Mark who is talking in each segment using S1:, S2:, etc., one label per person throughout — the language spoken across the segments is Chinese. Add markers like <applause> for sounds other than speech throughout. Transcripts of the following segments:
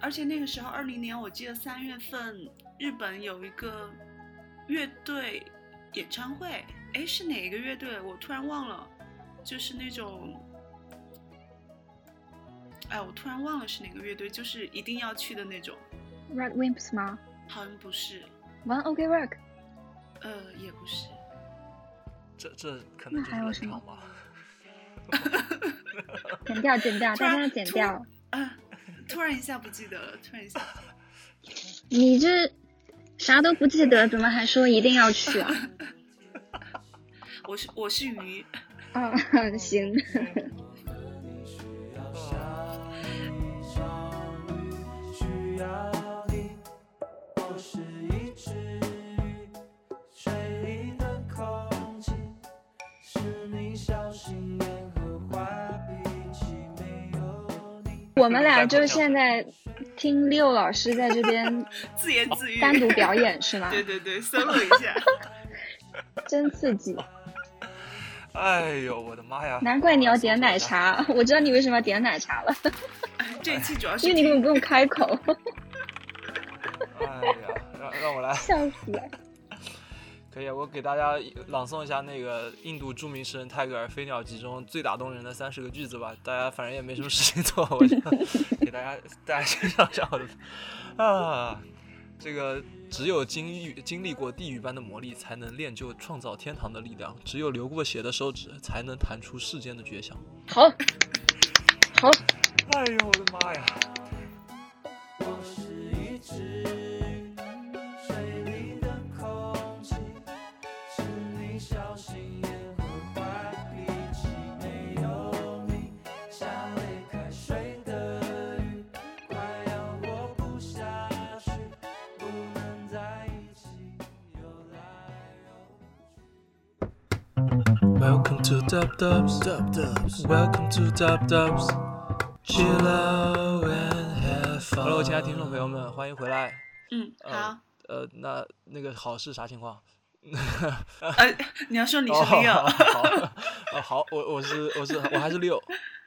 S1: 而且那个时候二零年，我记得三月份日本有一个乐队演唱会，哎，是哪个乐队？我突然忘了，就是那种。哎，我突然忘了是哪个乐队，就是一定要去的那种，
S2: Red Wimps 吗
S1: 好像不是，
S2: ？One OK Rock，
S1: 呃，也不是，
S3: 这这可能
S2: 那
S3: 就是
S2: 还有
S3: 冷
S2: 什么
S3: 场吧。
S2: 剪掉，剪掉，
S1: 突
S2: 大
S1: 然
S2: 家剪
S1: 突然
S2: 掉。
S1: 啊，突然一下不记得了，突然一下，
S2: <laughs> 你这啥都不记得，怎么还说一定要 <laughs> 去啊？
S1: 我是我是鱼，
S2: 啊、行， <laughs> 我们俩就现在听六老师在这
S3: <laughs>
S2: 边
S1: 自言自语，
S2: 单独表演是吗？
S1: 对对对，solo 一
S2: <laughs>
S1: 下，
S2: 真刺激，
S3: 哎呦，我的妈呀！
S2: 难怪你要点奶。茶， <laughs> 我知道你为什么要点奶茶了，
S1: 哎这一期主要是
S2: 因为你根本不用开口，
S3: 哎呀，让让我来。
S2: 笑死了。
S3: 可以，我给大家朗诵一下那个印度著名诗人泰戈尔《飞鸟集》中最打动人的三十个句子吧。大家反正也没什么事情做，我就给大家大家欣赏一下我的啊，这个只有经历经历过地狱般的磨砺，才能练就创造天堂的力量；只有流过血的手指，才能弹出世间的绝响。
S2: 好，好，
S3: 哎呦，我的妈呀！Welcome to Dub Dubs, Dub Dubs. Welcome to Dub Dubs. Chill out and have fun. Hello，亲爱的听众朋友们，欢迎回来。
S1: 嗯，好，
S3: 呃，那那个好是啥情况？
S1: 呃，你要说你是啊
S3: 哦 <laughs>
S1: Leo
S3: 好，哦好，我我是我是我还是六。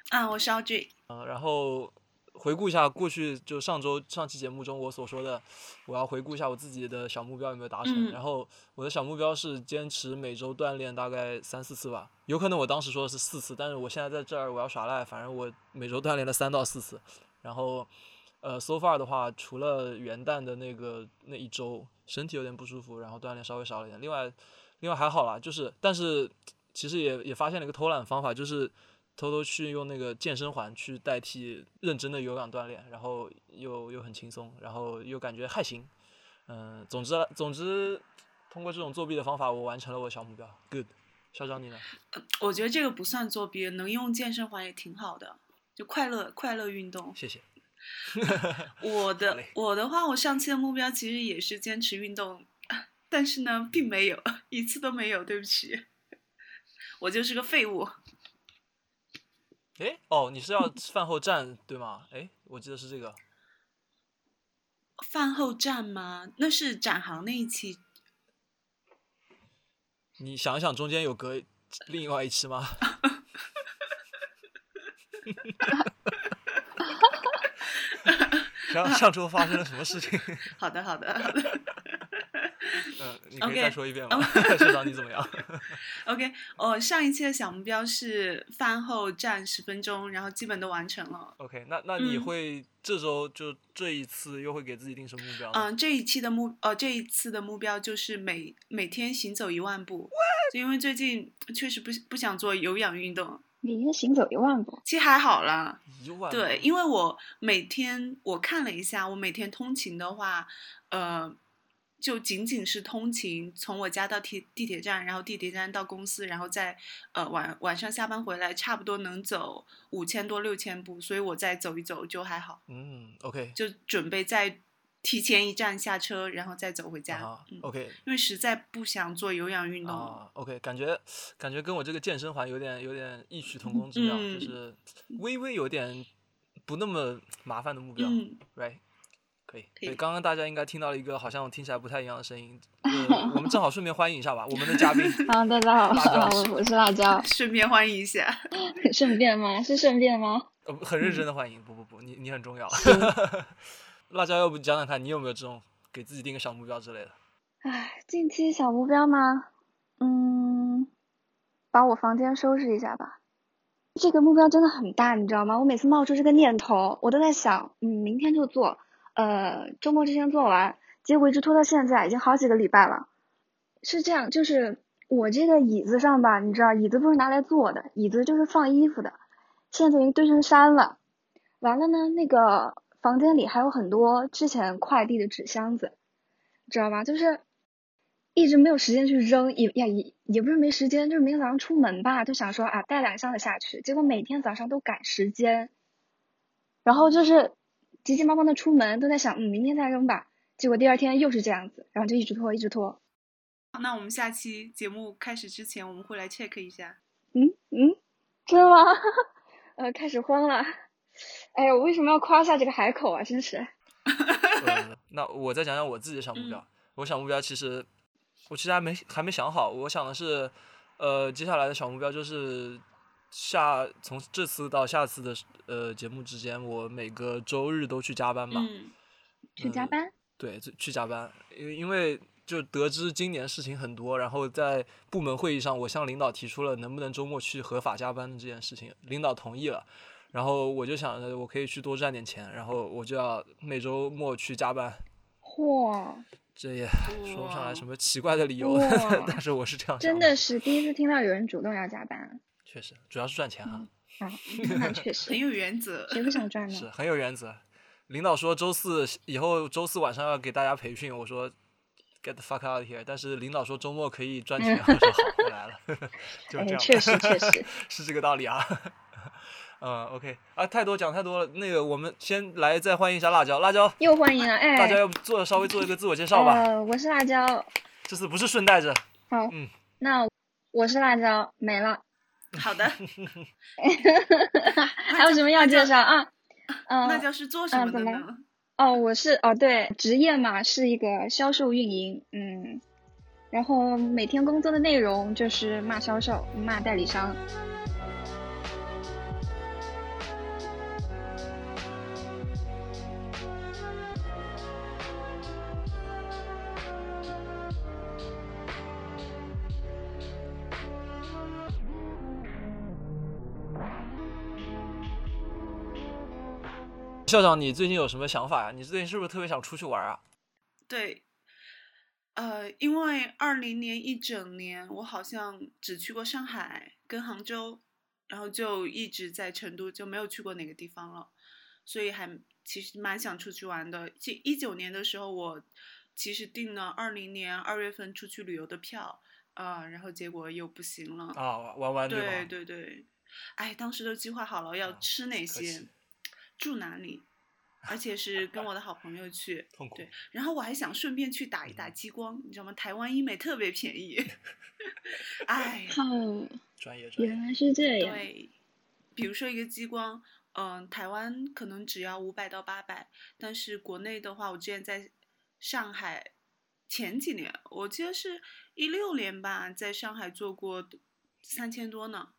S1: 啊，我是 Audrey，
S3: 呃，然后回顾一下过去，就上周上期节目中我所说的，我要回顾一下我自己的小目标有没有达成。
S1: 嗯
S3: 然后我的小目标是坚持每周锻炼大概三四次吧，有可能我当时说的是四次，但是我现在在这儿我要耍赖，反正我每周锻炼了三到四次。然后，呃，so far 的话，除了元旦的那个那一周身体有点不舒服，然后锻炼稍微少了一点，另外另外还好啦，就是但是其实也也发现了一个偷懒方法，就是偷偷去用那个健身环去代替认真的有氧锻炼，然后又又很轻松，然后又感觉还行，嗯、总之总之通过这种作弊的方法，我完成了我小目标，good。校长你呢？
S1: 我觉得这个不算作弊，能用健身环也挺好的，就快乐快乐运动。
S3: 谢谢。
S1: 我
S3: 好
S1: 的
S3: 嘞
S1: 我的话，我上期的目标其实也是坚持运动，但是呢，并没有一次都没有，对不起，我就是个废物。
S3: 诶，哦，你是要饭后站对吗？诶，我记得是这个。
S1: 饭后站吗？那是展行那一期，
S3: 你想一想，中间
S4: <laughs>
S3: 有隔另外一
S1: <laughs>
S3: 期吗？ <laughs> 然后上周发生了什么事情？
S1: 好的好的好的。
S3: 嗯，你可以
S1: OK 嗯
S3: 再说一遍吗？ <laughs> 社长你怎
S1: <laughs>
S3: 么样？
S1: OK，我上一期的小目标是饭后站十分钟，然后基本都完成了。
S3: OK，那那你
S1: 嗯
S3: 会这周就这一次又会给自己定什么目标呢？
S1: 嗯，这一期的目呃这一次的目标就是每每天行走一万步，就因为最近确实不不想做有氧运动，
S2: 每天行走一万步，
S1: 其实还好啦。
S3: 一万步
S1: 对，因为我每天我看了一下，我每天通勤的话，呃，就仅仅是通勤，从我家到地地铁站，然后地铁站到公司，然后再呃晚晚上下班回来，差不多能走五千多六千步，所以我再走一走就还好，
S3: 嗯，OK，
S1: 就准备再提前一站下车，然后再走回家。
S3: 啊
S1: 嗯，
S3: ，OK
S1: 因为实在不想做有氧运动
S4: 哦
S1: 了。
S3: 啊，OK，感觉感觉跟我这个健身环有点有点异曲同工之妙，
S1: 嗯
S3: 就是微微有点不那么麻烦的目
S4: 啊
S3: 标。
S1: 嗯， <laughs>
S3: Right，可以。
S1: 可以
S3: 对刚刚大家应该听到了一个好像听起来不太一样的
S1: <laughs>
S3: 声音，呃我们正好顺便欢迎一下吧，我们的嘉宾
S2: 啊，大家好，
S3: 辣椒
S2: 啊我我是辣椒，
S1: 顺便欢迎一下。
S2: <laughs>
S1: <laughs>
S2: 顺便吗？是顺便吗？
S3: 呃，不很认真的欢迎，不不不，你你很重要。
S4: <laughs> 辣椒，要不讲讲看你有没有这种给自己定个小目标之类的？
S2: 唉，近期小目标吗？嗯，把我房间收拾一下吧。这个目标真的很大，你知道吗？我每次冒出这个念头，我都在想，嗯，明天就做，呃，周末之前做完，结果一直拖到现在，已经好几个礼拜了。是这样，就是我这个椅子上吧，你知道，椅子不是拿来坐的，椅子就是放衣服的，现在已经堆成山了。完了呢，那个房间里还有很多之前快递的纸箱子，知道吗？就是一直没有时间去扔，也呀也也不是没时间，就是明天早上出门吧，就想说啊带两箱子下去，结果每天早上都赶时间，然后就是急急忙忙的出门，都在想嗯明天再扔吧，结果第二天又是这样子，然后就一直拖一直拖。
S1: 那我们下期节目开始之前，我们会来 check 一下。
S2: 嗯嗯，真的吗？ <laughs> 呃，开始慌了。哎呀，我为什么要夸下这个海口啊？真是。
S4: 嗯那我再讲讲我自己的小
S3: 嗯
S4: 目标。我小目标其实，我其实还没还没想好。我想的是，呃，接下来的小目标就是下从这次到下次的呃节目之间，我每个周日都去加班吧。
S1: 嗯
S2: 去加
S4: 嗯
S2: 班？
S4: 对，就去加班，因为因为就得知今年事情很多，然后在部门会议上，我向领导提出了能不能周末去合法加班的这件事情，领导同意了，然后我就想着我可以去多赚点钱，然后我就要每周末去加班，
S2: 嚯，
S4: 这也说不上来什
S1: 哇
S4: 么奇怪的理由
S2: 哇，
S4: 但是我是这样想
S2: 真的是第一次听到有人主动要加
S4: <laughs>
S2: 班
S4: 确实主要是赚钱哈，
S2: 啊！那确
S1: 很
S2: 实，
S1: 有原则。
S2: 谁不想赚
S4: 是
S2: 呢？
S4: 很有原则。领导说周四以后周四晚上要给大家培训，我说 get the fuck out of here。但是领导说周末可以赚钱，
S2: <laughs>
S4: 我说好，我来了， <laughs> 就
S2: 嗯哎
S4: 这样吧。
S2: 确实确实
S4: 是这个道理啊。 <laughs> 嗯，OK 啊，太多讲太多了。那个我们先来再欢迎一下辣椒，辣椒，
S2: 又欢
S4: <laughs>
S2: 迎了，哎，
S4: 大家要不做稍微做一个自我介绍吧。
S2: 呃，我是辣椒，
S4: 这次不是顺带着，
S2: 好，
S4: 嗯
S2: 那我是辣椒，没了，
S1: 好的， <laughs>
S2: 还有什么要介绍啊？嗯、
S1: 那就是做什
S2: 啊
S1: 么的
S2: 本来
S1: 呢？
S2: 哦，我是哦，对，职业嘛是一个销售运营，嗯，然后每天工作的内容就是骂销售、骂代理商。
S4: 校长，你最近有什么想法呀、你最近是不是特别想出去玩啊？
S1: 对，呃，因为二零年一整年，我好像只去过上海跟杭州，然后就一直在成都，就没有去过哪个地方了，所以还其实蛮想出去玩的。这一九年的时候，我其实订了二零年二月份出去旅游的票，呃，然后结果又不行了。
S4: 啊，玩玩吗？
S1: 对对对，哎，当时都计划好了要
S4: 啊
S1: 吃哪
S4: 可
S1: 些
S4: 惜，
S1: 住哪里，而且是跟我的好朋友去。
S4: 痛苦
S1: 对。然后我还想顺便去打一打激光，你知道吗？台湾医美特别便宜。 <laughs> 哎，
S2: 哦，
S4: 专业专业。
S2: 原来是这样。
S1: 对，比如说一个激光，嗯、台湾可能只要五百到八百，但是国内的话，我之前在上海前几年，我记得是一六年吧，在上海做过三千多呢，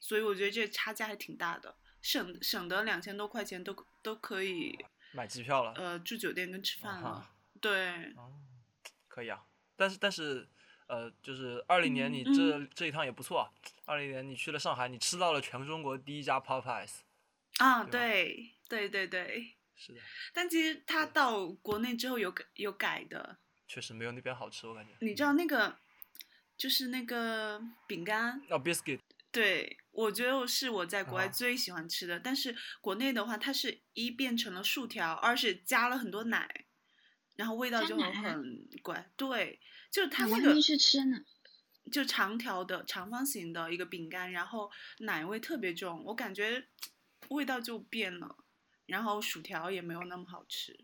S1: 所以我觉得这差价还挺大的，省省得两千多块钱都都可以，
S4: 买机票了。
S1: 呃，住酒店跟吃饭了。
S4: 啊
S2: 嗯
S1: 对，
S4: 哦，可以啊，但是但是，呃，就是二零年你
S1: 嗯
S4: 这、这一趟也不错啊。二零年你去了上海，你吃到了全中国第一家 Popeyes。
S1: 啊，
S4: 对
S1: 对，对对对，
S4: 是的，
S1: 但其实它到国内之后有改有改的，
S4: 确实没有那边好吃，我感觉。
S1: 你知道那个，就是那个饼干，
S4: 哦，biscuit
S1: 对我觉得是我在国外
S4: 啊
S1: 最喜欢吃的。但是国内的话，它是一变成了薯条，二是加了很多奶，然后味道
S2: 加
S1: 就很
S2: 奶
S1: 很怪。对，就它
S2: 啊我
S1: 那
S2: 还
S1: 个
S2: 没去吃呢。
S1: 就长条的长方形的一个饼干，然后奶味特别重，我感觉味道就变了。然后薯条也没有那么好吃。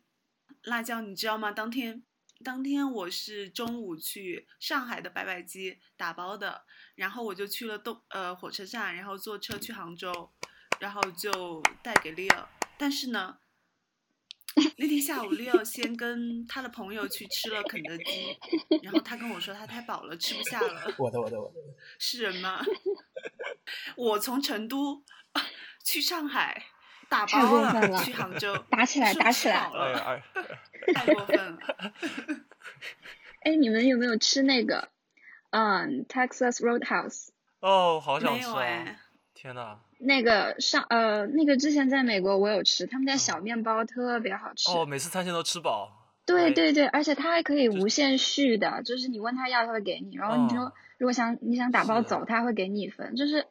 S1: 辣椒你知道吗？当天当天我是中午去上海的白百基打包的，然后我就去了东呃火车站，然后坐车去杭州，然后就带给 Leo。但是呢，那天下午 Leo 先跟他的朋友去吃了肯德基，然后他跟我说他太饱了，吃不下了。
S4: 我的我的我的。
S1: <laughs> 是人吗？我从成都去上海，打
S2: 太
S1: 包
S2: 过分
S1: 了，
S2: 了
S1: 去杭州
S2: 打起来
S1: 是
S2: 打
S1: 吃
S2: 起来
S1: 饱了
S4: 哎呀，
S1: <laughs>
S4: 哎
S1: 太过分了。
S2: 哎，你们有没有吃那个，嗯，Texas Roadhouse
S4: 哦，好想
S1: 没
S4: 吃
S1: 有
S4: 啊！
S1: 哎，
S4: 天呐，
S2: 那个上呃那个之前在美国我有吃，他们家
S4: 嗯
S2: 小面包特别好吃。
S4: 哦，每次餐前都吃饱。哎
S2: 对对对，而且它还可以
S4: 就
S2: 无限续的，就是你问他要，他会给你，然后你就
S4: 哦
S2: 如果想你想打包
S4: 是啊
S2: 走，他会给你一份，就是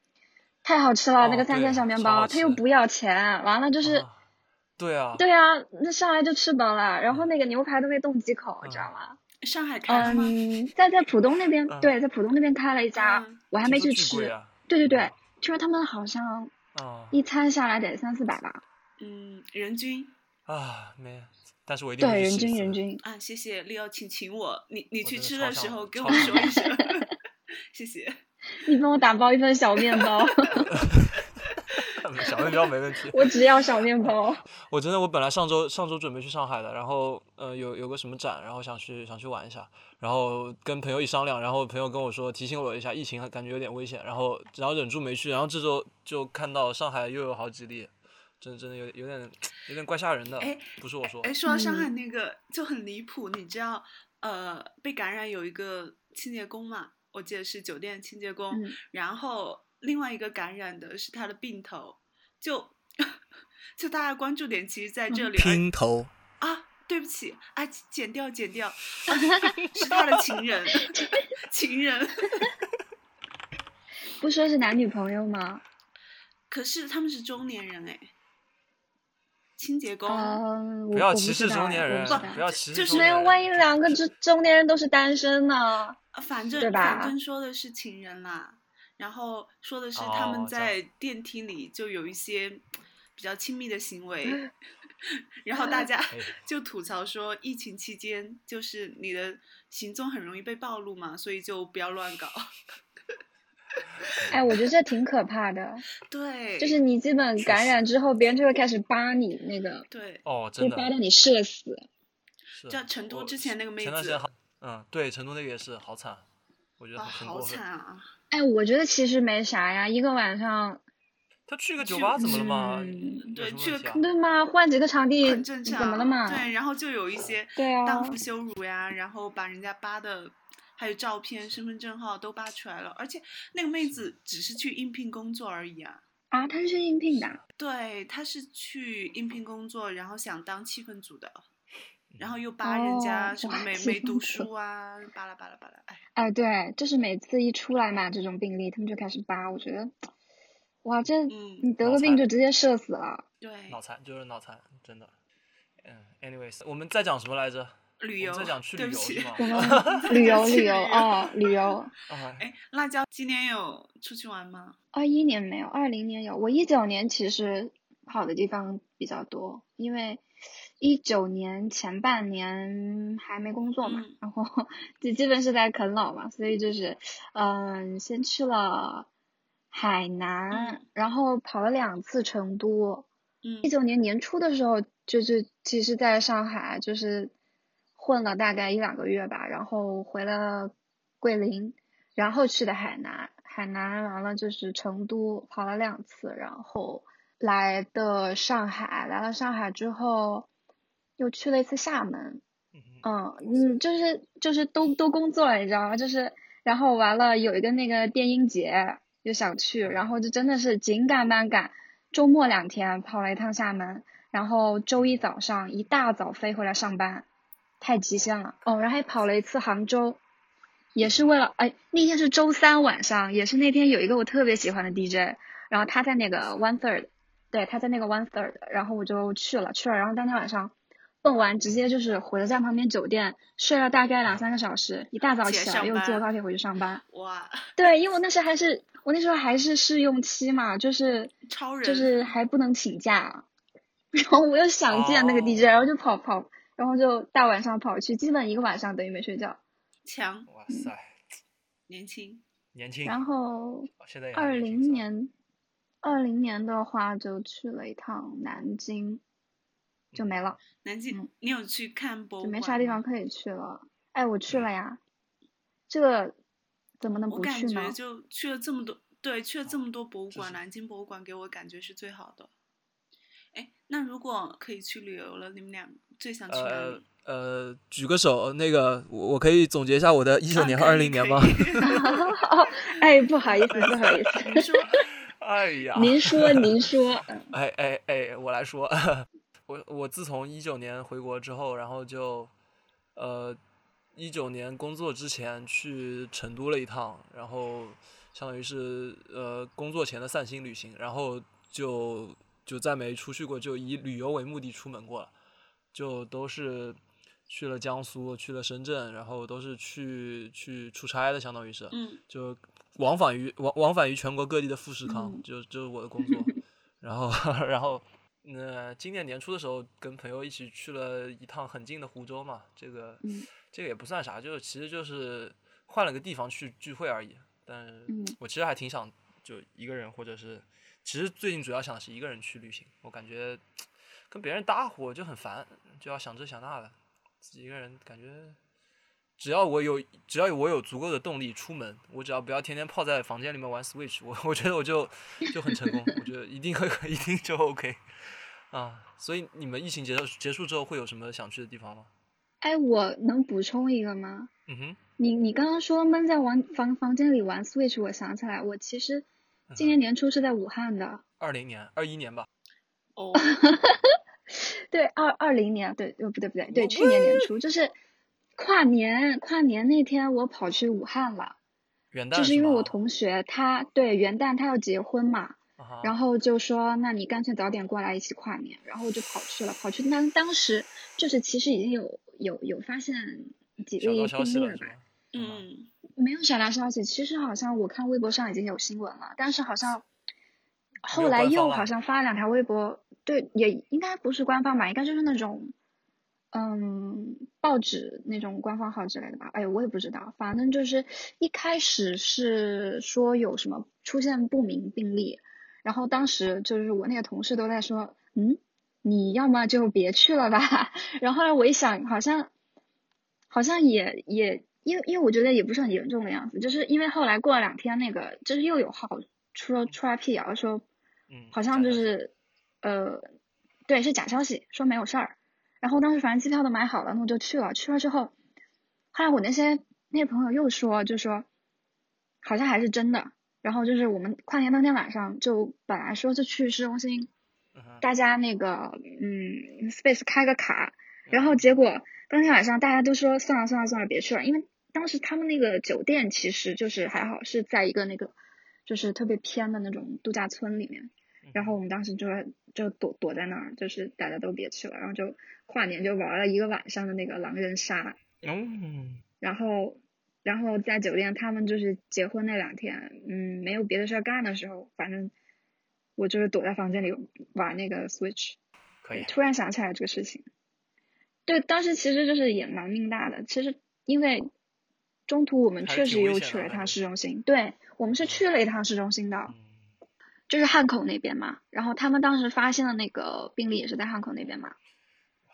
S2: 太好吃了，那
S4: 哦
S2: 个三
S4: 对
S2: 鲜小面
S4: 超
S2: 包，
S4: 好
S2: 他又
S4: 吃
S2: 不要钱，完了就是，
S4: 啊对啊，
S2: 对啊，那上来就吃饱了，然后
S4: 嗯
S2: 那个牛排都没动几口，你知道
S4: 嗯
S2: 吗？
S1: 上海开
S4: <laughs>
S1: 了吗？
S2: 嗯，在在浦东那边，
S4: 嗯
S2: 对，在浦东那边开了一家
S1: 嗯，
S2: 我还
S4: 听
S2: 没
S4: 说
S2: 去
S4: 巨贵
S2: 吃，
S4: 啊。
S2: 对对对，就是他们好像
S4: 啊
S2: 一餐下来得三四百吧，
S1: 嗯，人均
S4: 啊，没，但是我一定
S2: 对，
S4: 会去
S2: 人
S4: 吃一
S2: 均
S4: 次
S2: 人
S4: 的。
S2: 均。
S1: 啊，谢谢利奥，请请我，你你
S4: 我
S1: 去
S4: 真
S1: 吃
S4: 的超
S1: 的时
S4: 想
S1: 候给
S4: 超
S1: 我们
S4: 想
S1: 说一声，
S4: <laughs>
S1: 谢谢。
S2: 你帮我打包一份小面包， <laughs>
S4: 小面包没问题。
S2: 我只要小面
S4: <laughs>
S2: 包。
S4: 我真的，我本来上周上周准备去上海的，然后呃有有个什么展，然后想去想去玩一下，然后跟朋友一商量，然后朋友跟我说提醒我一下，疫情感觉有点危险，然后然后忍住没去，然后这周就看到上海又有好几例，真真的有有点有点怪吓人的
S1: 哎，
S4: 不是我说，
S1: 哎，说到上
S2: 嗯
S1: 海那个就很离谱，你知道，呃，被感染有一个清洁工嘛，我记得是酒店清洁
S4: 哦
S1: 工，
S2: 嗯
S1: 然后另外一个感染的是他的病头，就 <laughs> 就大家关注点其实在这里，而
S5: 拼头，
S1: 啊，对不起，啊，剪掉，剪掉，是他的情人， <laughs> 情人。 <laughs>
S2: 不说是男女朋友吗？
S1: 可是他们是中年人哎，清洁工，
S2: 嗯，我
S4: 不要
S2: 我
S4: 歧
S2: 不
S4: 视
S2: 知道
S4: 中
S2: 哎
S4: 年
S2: 我
S4: 人
S2: 不知道，
S4: 不要歧视
S1: 就是
S4: 中
S2: 没
S4: 年
S2: 有，
S4: 人
S2: 万一两个中中年人都是单身呢？
S1: 啊反正
S2: 对吧
S1: 反正说的是情人啦，然后说的是他
S4: 哦
S1: 们
S4: 这样
S1: 在电梯里就有一些比较亲密的行
S4: <laughs>
S1: 为，然后大家
S4: 哎
S1: <laughs> 就吐槽说，疫情期间就是你的行踪很容易被暴露嘛，所以就不要乱搞。
S4: <laughs>
S2: 哎，我觉得这挺可怕的，
S1: 对，
S2: 就是你基本
S4: 确
S2: 感
S4: 实
S2: 染之后，别人就会开始扒你那个，
S1: 对，
S4: 哦，
S2: 会
S4: 真的
S2: 扒到你社死。
S4: 是
S1: 叫成都
S4: 我
S1: 之前那个妹
S4: 前段时
S1: 子
S4: 间好，嗯，对，成都那个也是好惨，我觉得
S1: 啊，
S4: 很很
S1: 好
S4: 过分
S1: 惨。啊！
S2: 哎，我觉得其实没啥呀，一个晚上，
S4: 他去个酒
S1: 去
S4: 吧怎么了嘛？
S2: 嗯
S4: 有
S1: 对
S4: 什么
S1: 去
S4: 问
S1: 个
S4: 题啊
S1: 坑
S2: 对吗？换几个场地
S1: 很正常，啊
S2: 怎么了嘛？
S1: 对，然后就有一些
S2: 对啊
S1: 荡妇羞辱呀，然后把人家扒的，还有照片、身份证号都扒出来了，而且那个妹子只是去应聘工作而已啊。
S2: 啊，他是去应聘的啊，
S1: 对，她是去应聘工作，然后想当气氛组的，然后又扒人家
S2: 哦
S1: 什么
S2: 哇
S1: 没
S2: 气
S1: 没读
S2: 氛组
S1: 书啊，巴拉巴拉巴拉，哎，
S2: 哎，对，就是每次一出来嘛，这种病例他们就开始扒，我觉得，哇，这
S1: 嗯
S2: 你得
S4: 脑
S2: 个病
S4: 残
S2: 就直接社死了。
S1: 对
S4: 脑，残就是脑残，真的。嗯，anyways，我们在讲什么来着？
S1: 旅
S4: 我
S1: 游
S4: 们在讲去
S1: 对
S4: 旅
S1: 不
S4: 游
S1: 起
S2: <laughs>
S4: 是吗？
S1: <laughs>
S2: 我们旅游
S1: 去旅
S2: 旅游
S1: 游
S2: 哦，旅游。
S4: 啊，
S1: 哎，辣椒今年有出去玩吗？
S2: 二一年没有，二零年有。我一九年其实好的地方比较多，因为一九年前半年还没工作嘛，
S1: 嗯
S2: 然后就基本是在啃老嘛，所以就是，嗯，先去了海南，
S1: 嗯
S2: 然后跑了两次成
S1: 嗯
S2: 都。一九年年初的时候，就是其实在上海就是混了大概一两个月吧，然后回了桂林，然后去的海南，海南完了就是成都，跑了两次，然后来的上海，来了上海之后又去了一次厦门，
S4: 嗯哼
S2: 嗯嗯，就是就是都都工作了，你知道吗？就是然后完了有一个那个电音节，又想去，然后就真的是紧赶慢赶，周末两天跑了一趟厦门，然后周一早上一大早飞回来上班，太极限了哦，然后还跑了一次杭州，也是为了哎那天是周三晚上，也是那天有一个我特别喜欢的 DJ，然后他在那个 One Third，对，他在那个 One Third，然后我就去了去了，然后当天晚上。蹦完直接就是回了家旁边酒店睡了大概两三个小时，一大早
S1: 起来
S2: 起来
S1: 上
S2: 又坐
S1: 班
S2: 高铁回去上班。
S1: 哇，
S2: 对，因为我那时候还是我那时候还是试用期嘛，就是
S1: 超人，
S2: 就是还不能请假， <laughs> 然后我又想见那个
S4: 哦
S2: DJ，、然后就跑跑，然后就大晚上跑去，基本一个晚上等于没睡觉。
S1: 强，
S4: 哇塞，
S1: 年轻，
S4: 年
S1: 哎
S4: 轻，
S2: 然后
S4: 现在也还
S2: 二
S4: 年
S2: 零
S4: 轻是吧，
S2: 年，二零年的话就去了一趟南京，就没了，
S1: 南京，
S2: 嗯
S1: 你有去看博物
S2: 就
S1: 馆吗？
S2: 没啥地方可以去了。哎，我去了呀，这个怎么能
S1: 我
S2: 不
S1: 感
S2: 去
S1: 觉
S2: 呢？
S1: 就去了这么多，对，去了这么多博物
S4: 这
S1: 馆，
S4: 是
S1: 南京博物馆给我感觉是最好的。哎，那如果可以去旅游了，你们俩最想去哪
S4: 呃
S1: 里？
S4: 呃，举个手，那个我我可以总结一下我的一九
S1: 啊
S4: 年和
S1: 可
S4: 二
S1: 以
S4: 零年
S1: 可
S4: 吗？ <laughs>
S1: 以
S2: 哦， <laughs> 哎，不好意思，不好意思，
S1: <laughs> 你
S4: <laughs>
S1: 说，
S4: 哎呀
S2: 您说，您说，嗯
S4: 哎哎哎，我来说， <laughs> 我我自从一九年回国之后，然后就，呃，一九年工作之前去成都了一趟，然后相当于是呃工作前的散心旅行，然后就就再没出去过，就以旅游为目的出门过了，就都是去了江苏，去了深圳，然后都是去去出差的，相当于是，
S1: 嗯，
S4: 就往返于往往返于全国各地的富士康，
S2: 嗯
S4: 就就是我的工作。然后 <laughs> 然后，那、今年年初的时候，跟朋友一起去了一趟很近的湖州嘛，这个、
S2: 嗯
S4: 这个也不算啥，就是其实就是换了个地方去聚会而已。但是
S2: 嗯
S4: 我其实还挺想就一个人，或者是其实最近主要想的是一个人去旅行，我感觉跟别人搭伙就很烦，就要想这想那的，自己一个人感觉。只要我有，只要我有足够的动力出门，我只要不要天天泡在房间里面玩 Switch，我我觉得我就就很成功，我觉得一定会， <laughs> 一定就 OK 啊。所以你们疫情结束结束之后会有什么想去的地方吗？
S2: 哎，我能补充一个吗？
S4: 嗯哼，
S2: 你你刚刚说闷在玩房房间里玩 Switch，我想起来，我其实今年年初是在武汉的，
S4: 二零年、二一年吧。
S1: 哦，
S4: 嗯
S2: 对，二二零年，对，呃，不对不对，对，
S4: 我
S2: 去年年初 <laughs> 就是跨年，跨年那天我跑去武汉了，
S4: 元旦
S2: 就是因为
S4: 吗
S2: 我同学他对元旦他要结婚嘛，
S4: 啊哈、
S2: 然后就说那你干脆早点过来一起跨年，然后我就跑去了，跑去那当时就是其实已经有有有发现几
S4: 小
S2: 例
S4: 道消
S2: 病
S4: 息
S2: 例
S4: 了
S2: 了
S4: 是
S2: 吧。
S4: 吗？嗯
S1: 嗯，
S2: 没有小道消息，其实好像我看微博上已经有新闻了，但是好像后来
S4: 官方
S2: 又
S4: 了
S2: 好像发了两条微博，对，也应该不是官方吧，应该就是那种嗯报纸那种官方号之类的吧，哎，我也不知道，反正就是一开始是说有什么出现不明病例，然后当时就是我那个同事都在说，嗯，你要么就别去了吧。然后后来我一想，好像好像也也，因为因为我觉得也不是很严重的样子，就是因为后来过了两天，那个就是又有号出出来辟谣说，
S4: 嗯，
S2: 好像就
S4: 假的
S2: 是呃，对，是假消息，说没有事儿。然后当时反正机票都买好了，那我就去了。去了之后，后来我那些那些朋友又说，就说好像还是真的。然后就是我们跨年当天晚上，就本来说就去市中心
S4: 嗯哼
S2: 大家那个嗯，Space 开个卡，然后结果当天晚上大家都说算了算了算了，别去了，因为当时他们那个酒店其实就是还好是在一个那个就是特别偏的那种度假村里面，
S4: 嗯
S2: 然后我们当时就就躲躲在那儿，就是大家都别去了，然后就跨年就玩了一个晚上的那个狼人杀，
S4: 嗯
S2: 然后，然后在酒店，他们就是结婚那两天，嗯，没有别的事儿干的时候，反正我就是躲在房间里玩那个 Switch，
S4: 可以
S2: 突然想起来这个事情。对，当时其实就是也蛮命大的。其实因为中途我们
S4: 还是
S2: 确
S4: 挺
S2: 实
S4: 危
S2: 又
S4: 险
S2: 去
S4: 的
S2: 了一
S4: 感
S2: 趟
S4: 觉
S2: 市中心，对，我们是去了一趟市中心的，
S4: 嗯
S2: 就是汉口那边嘛。然后他们当时发现的那个病例也是在汉口那边嘛。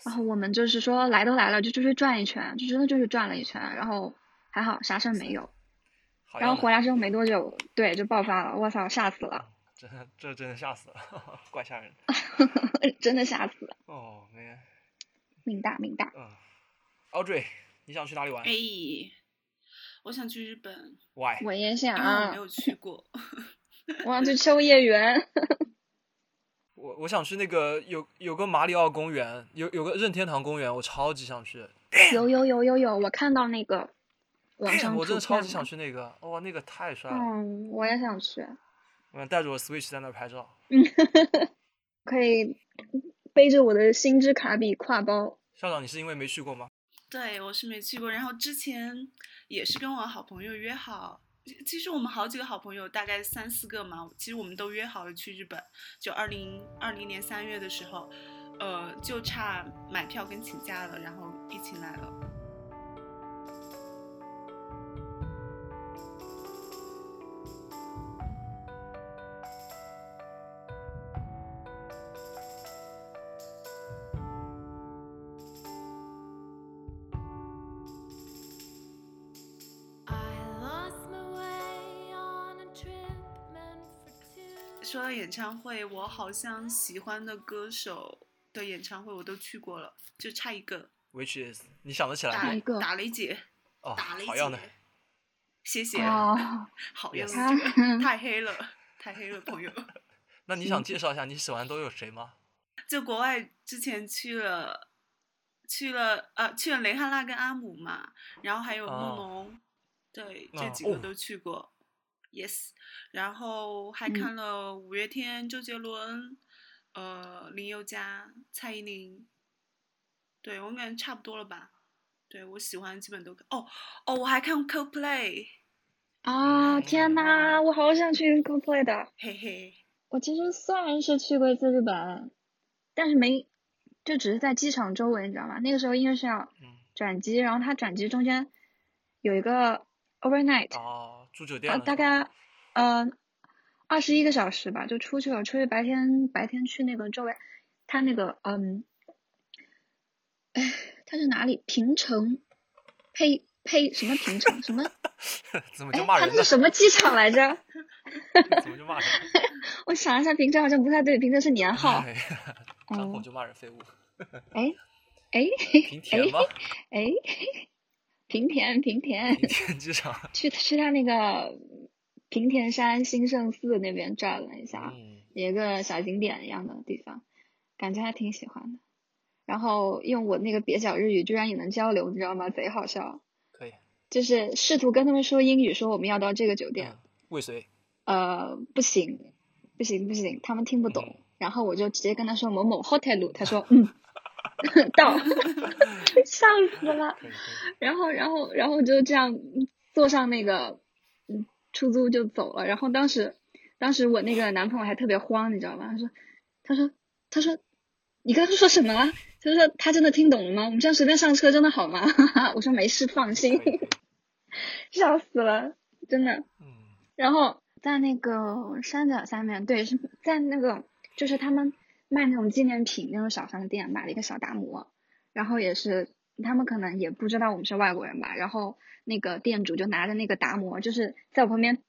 S2: 然后我们就是说来都来了，就出去转一圈，就真的就是转了一圈，然后还好啥事儿没有。
S4: 好
S2: 然后
S4: 样
S2: 回
S4: 的
S2: 来之后没多久，对，就爆发了，我操，吓死了， <laughs>
S4: 这这真的吓死了， <laughs> 怪吓人
S2: 真的吓死了，
S4: 哦，没
S2: 命大命大。
S4: 嗯，Audrey，你想去哪里玩
S1: 哎，我想去日本，
S4: ？Why？
S2: 我
S1: 因为
S2: 也
S4: 哎
S1: 我没
S2: 想，啊
S1: 有去过。
S2: 我想去秋叶原。
S4: 我我想去那个有有个马里奥公园，有有个任天堂公园，我超级想去。
S2: 有有有有有，我看到那个网上
S4: 哎我真的
S2: 图
S4: 超
S2: 片
S4: 级想
S2: 了。
S4: 去那个，哇、那个太帅了！
S2: 嗯，我也想去，
S4: 我想带着我 Switch 在那儿拍照。
S2: 可以背着我的星之卡比挎包。
S4: 校长，你是因为没去过吗？
S1: 对，我是没去过。然后之前也是跟我好朋友约好，其其实我们好几个好朋友，大概三四个嘛，其实我们都约好了去日本，就二零二零年三月的时候，呃，就差买票跟请假了，然后疫情来了。说到演唱会，我好像喜欢的歌手的演唱会我都去过了，就差一个，
S4: ，which is 你想得起来
S1: 打
S2: 哪
S4: 吗
S2: 一？个
S1: 打雷姐，
S4: 哦，
S1: 打雷
S4: 好样的
S1: 姐，谢谢，
S2: 哦，嗯
S1: 好样的，
S2: Yes
S1: 这个太黑了，太黑了，朋友。
S4: 那你想介绍一下你喜欢都有谁吗？
S1: 就国外之前去了，去了呃去了雷哈娜跟阿姆嘛，然后还有
S4: 哦
S1: 慕容，对这
S4: 啊
S1: 几个
S4: 哦
S1: 都去过、y e s 然后还
S2: 嗯
S1: 看了五月天、周杰伦，呃林宥嘉、蔡依林，对我感觉差不多了吧。对我喜欢基本都看哦哦，我还看 CoPlay，
S2: 啊，天呐，我好想去 cosplay 的。
S1: 嘿嘿，
S2: 我其实虽然是去过一次日本，但是没，就只是在机场周围，你知道吗？那个时候因为是要
S4: 嗯，
S2: 转机，然后它转机中间有一个 overnight，
S4: 哦，住酒店
S2: 啊，
S4: 了、
S2: 大概呃二十一个小时吧，就出去了。出去白天白天去那个周围，它那个嗯，哎，它是哪里？平城，呸呸，什么平城？什
S4: <laughs>
S2: 么？
S4: 怎么
S2: 哎
S4: 就，骂
S2: 它
S4: 人
S2: 那
S4: 呢
S2: 是？什么机场来着？
S4: 怎么就骂人？
S2: 我想一下，平城好像不太对，平城是年号。嗯
S4: 哎张
S2: 哦
S4: 口就骂人废物，
S2: 哎哎
S4: 平田吗？
S2: 哎，平田平田，
S4: 平田 <laughs> 机场。
S2: 去去他那个平田山兴圣寺那边转了一下。
S4: 嗯，
S2: 有一个小景点一样的地方，感觉还挺喜欢的。然后用我那个蹩脚日语，居然也能交流，你知道吗？贼好笑。
S4: 可以。
S2: 就是试图跟他们说英语，说我们要到这个酒店
S4: 嗯，，未遂。
S2: 呃，不行，不行，不行，他们听不
S4: 嗯
S2: 懂。然后我就直接跟他说某某 hotel，他说
S4: <laughs>
S2: 嗯，到， <laughs> 笑死了。
S4: 可以可以。
S2: 然后，然后，然后就这样坐上那个嗯出租就走了。然后当时，当时我那个男朋友还特别慌，你知道吗？他说，他说，他说，你刚刚说什么了？他说他真的听懂了吗？我们这样随便上车真的好吗？ <laughs> 我说没事，放心
S4: 可。以可以
S2: <laughs> 笑死了，真的。
S4: 嗯，
S2: 然后在那个山脚下面，对，是在那个就是他们卖那种纪念品那种小商店，买了一个小达摩，然后也是他们可能也不知道我们是外国人吧，然后那个店主就拿着那个达摩，就是在我旁边。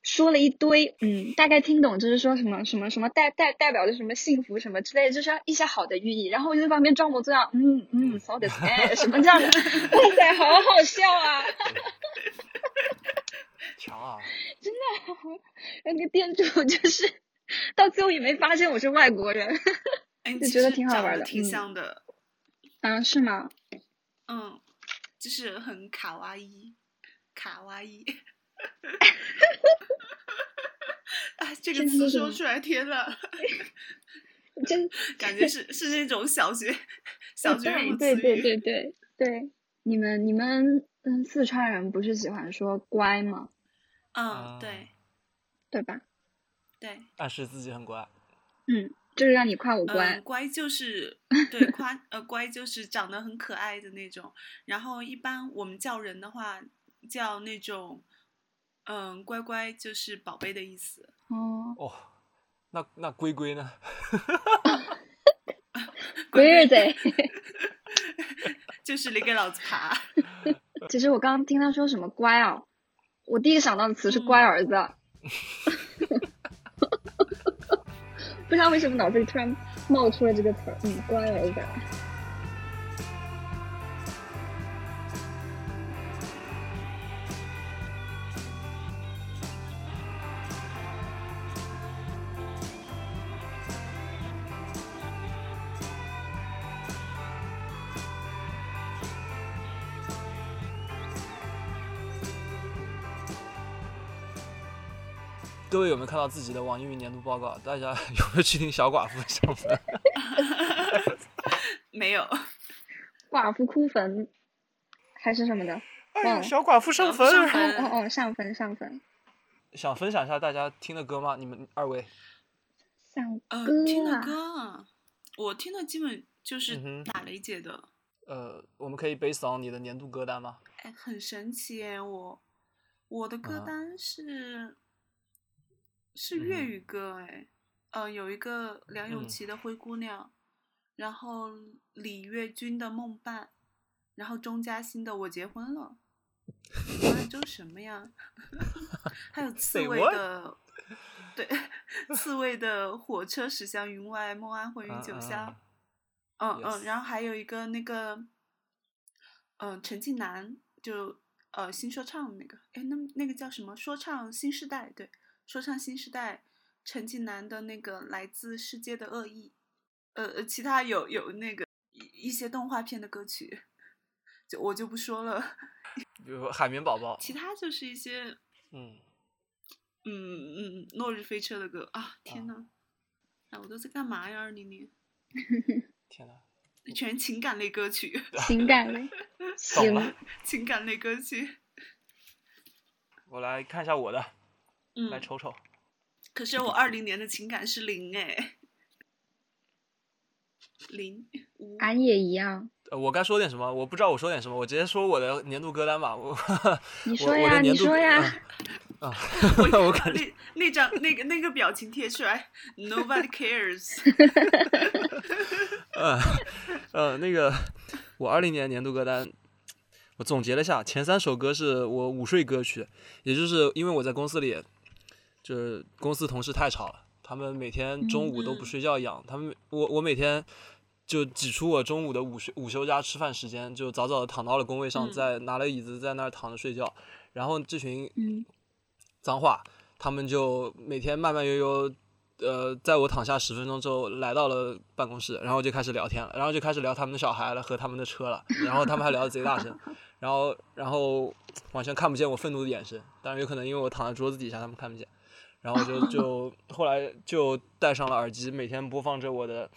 S2: 说了一堆，嗯，大概听懂就是说什么什么什么代代代表着什么幸福什么之类的，就是一些好的寓意。然后我就在旁边装模作样，嗯嗯，そうですね，什么这样的，哇塞，好好笑啊！
S4: 强啊！
S2: <laughs> 那个店主就是到最后也没发现我是外国人。 <laughs>
S1: 哎，
S2: 就
S1: 其
S2: 觉得
S1: 实
S2: 挺好
S1: 长
S2: 玩
S1: 得
S2: 的
S1: 挺
S2: 嗯
S1: 像的，
S2: 啊，是吗？
S1: 嗯，就是很卡哇伊，卡哇伊。啊，这个
S2: 现在
S1: 词
S2: 都是
S1: 说
S2: 吗
S1: 出来，天呐，
S2: 真
S1: 感觉是是那种小学 <laughs> 小学
S2: 对
S1: 用的
S2: 嗯对
S1: 词
S2: 对
S1: 语。
S2: 对对对，你们你们嗯，四川人不是喜欢说乖吗？
S1: 嗯，对
S4: 啊
S2: 对吧？
S1: 对，
S4: 暗示自己很乖。
S2: 嗯，就是让你夸我
S1: 嗯，
S2: 乖。
S1: 乖就是
S2: <laughs>
S1: 对夸呃乖就是长得很可爱的那种。然后一般我们叫人的话，叫那种嗯乖乖就是宝贝的意思。
S2: 哦，
S4: 哦，那那龟龟呢？
S2: 龟儿贼。
S1: <laughs> 就是你给老子爬。
S2: <laughs> 其实我刚刚听他说什么乖哦，我第一个想到的词是
S1: 嗯
S2: 乖儿子。 <laughs> 不知道为什么脑子里突然冒出了这个词儿，嗯，乖儿子。
S4: 各位有没有看到自己的网易云年度报告？大家 <laughs> 有没有去听小寡妇的小分？
S1: 没有，
S2: 寡妇哭坟还是什么的？
S4: 哎呦，
S2: 嗯
S4: 小寡妇
S1: 小寡
S4: 上
S1: 妇上
S3: 啊
S4: <laughs> 坟！
S1: 坟
S2: 哦哦哦，上坟上坟。
S4: 想分享一下大家听的歌吗？你们二位？
S2: 像
S1: 呃，
S2: 歌
S1: 听的
S2: 啊，
S1: 歌 <laughs> 啊，我听的基本就是
S4: 嗯哼
S1: 打雷姐的，
S4: 呃，我们可以 based on 你的年度歌单吗？
S1: 哎，很神奇哎，我我的歌
S4: 啊
S1: 单是、是
S4: 嗯哼
S1: 粤语歌哎，呃，有一个梁咏
S4: 嗯
S1: 琪的《灰姑娘》，然后李月君的《梦伴》，然后钟嘉欣的《我结婚了》，
S4: <laughs>
S1: 完了之后什么呀？还有刺
S4: Say
S1: 猬
S4: what？
S1: 的，对，刺猬的火车驶向云外，梦安回云九霄。
S4: 啊
S1: 嗯嗯，
S4: Yes
S1: 然后还有一个那个，嗯、陈近南就呃新说唱那个，哎，那那个叫什么？说唱新时代，对，说唱新时代，陈近南的那个来自世界的恶意，呃呃，其他有有那个一一些动画片的歌曲，就我就不说了，
S4: 比如说海绵宝宝，
S1: 其他就是一些
S4: 嗯，
S1: 嗯嗯落日飞车的歌啊，天呐，哎、我都在干嘛呀？二零年
S4: <laughs> 天哪，
S1: <laughs> 全情感类歌曲， <laughs>
S2: 情感类，
S4: 懂
S2: 行
S4: 了，，
S1: 情感类歌曲，
S4: 我来看一下我的，
S1: 嗯，
S4: 来瞅瞅，
S1: 可是我二零年的情感是零哎，
S4: <laughs>
S1: 零无
S2: 俺也一样。
S4: 呃，我该说点什么？我不知道我说点什么，我直接说我的年度歌单吧。我
S2: 你
S4: 我
S2: 说
S4: 我
S2: 呀，
S4: 的年
S2: 你
S4: 度
S2: 说
S4: 歌
S2: 呀，
S4: 啊，
S1: 我
S4: 我肯定
S1: 那那张那个那个表情贴出来，Nobody
S4: <laughs>
S1: cares。
S4: 呃呃，那个我二零年年度歌单，我总结了一下，前三首歌是我午睡歌曲，也就是因为我在公司里，就是公司同事太吵了，他们每天中午都不
S1: 嗯
S4: 睡觉养，他们我我每天。就挤出我中午的午休午休加吃饭时间，就早早的躺到了工位上，
S1: 嗯
S4: 在拿了椅子在那儿躺着睡觉。然后这群
S2: 嗯，
S4: 脏话，他们就每天慢慢悠悠，呃，在我躺下十分钟之后来到了办公室，然后就开始聊天了，然后就开始聊他们的小孩了和他们的车了，然后他们还聊得贼大声， <laughs> 然后然后完全看不见我愤怒的眼神，当然有可能因为我躺在桌子底下，他们看不见，然后就就后来就戴上了耳机，每天播放着我的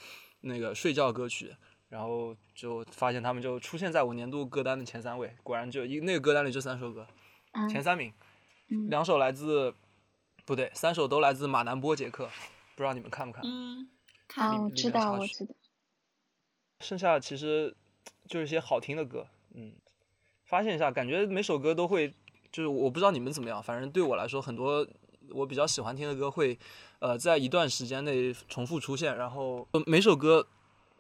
S4: 那个睡觉歌曲。然后就发现他们就出现在我年度歌单的前三位，果然就一那个歌单里就三首歌，
S2: 啊
S4: 前三名，
S2: 嗯
S4: 两首来自，不对，三首都来自马南波杰克，不知道你们看不看？
S1: 嗯，
S2: 啊，
S1: 看
S4: 里
S2: 我
S4: 里
S2: 知
S4: 面插
S2: 道，我
S4: 曲
S2: 知道。
S4: 剩下其实就是一些好听的歌，嗯，发现一下，感觉每首歌都会，就是我不知道你们怎么样，反正对我来说，很多我比较喜欢听的歌会，呃，在一段时间内重复出现，然后呃每首歌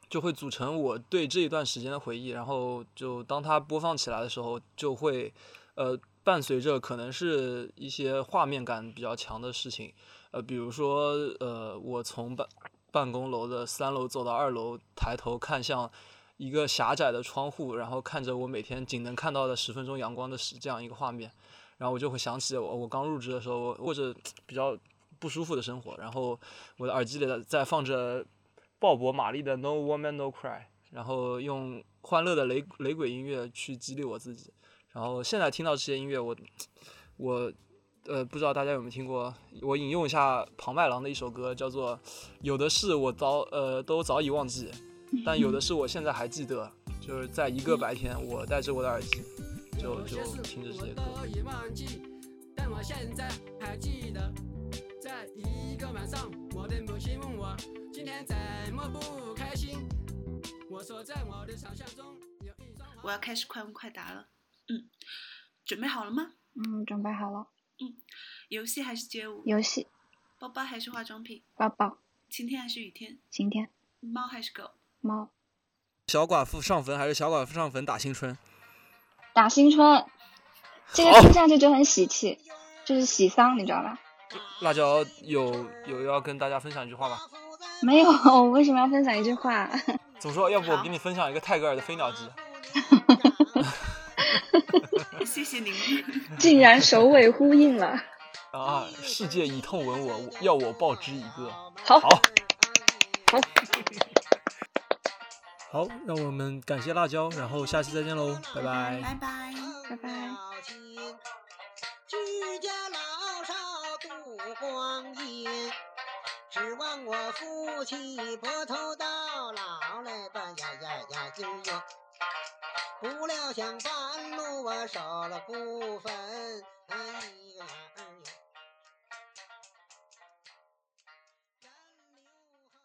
S4: 就会组成我对这一段时间的回忆，然后就当它播放起来的时候，就会，呃，伴随着可能是一些画面感比较强的事情，呃，比如说，呃，我从办办公楼的三楼走到二楼，抬头看向一个狭窄的窗户，然后看着我每天仅能看到的十分钟阳光的时这样一个画面，然后我就会想起我我刚入职的时候，我过着比较不舒服的生活，然后我的耳机里的在放着鲍勃·马利的《No Woman No Cry》，然后用欢乐的雷雷鬼音乐去激励我自己，然后现在听到这些音乐，我我呃，不知道大家有没有听过，我引用一下庞麦郎的一首歌，叫做《有的事我早呃都早已忘记，但有的事我现在还记得》，就是在一个白天，我戴着我的耳机，就
S5: 有
S4: 就
S5: 些事
S4: 听着这
S5: 我
S4: 些歌。
S5: 都已忘记，但我现在还记得。在一个晚上，我的母亲问我今天怎么不开心，我说在我的想象中有一双。
S1: 我要开始快问快答了。嗯，准备好了吗？
S2: 嗯，准备好了，
S1: 游戏还是街舞？
S2: 游戏
S1: 包包还是化妆品？
S2: 抱抱，
S1: 晴天还是雨天？
S2: 晴天
S1: 猫还是狗？
S2: 猫，
S4: 小寡妇上坟还是小寡妇上坟打新春？
S2: 打新春，这个
S4: 好
S2: 听上去就很喜气，就是喜丧，你知道吧？
S4: 辣椒有有要跟大家分享一句话吧？
S2: 没有，我为什么要分享一句话？ <laughs>
S4: 总说要不我给你分享一个泰戈尔的《飞鸟集》。
S1: 谢谢您。
S2: 竟然首尾呼应了，
S4: 啊！世界以痛吻我，要我报之以歌。
S2: 好，
S4: 好 <laughs> 好，让我们感谢辣椒，然后下期再见喽，拜拜
S1: 拜拜。
S2: 拜拜。
S6: 居家老少度光阴，指望我夫妻白头到老来吧呀呀呀哟哟！不料想半路我手了不分，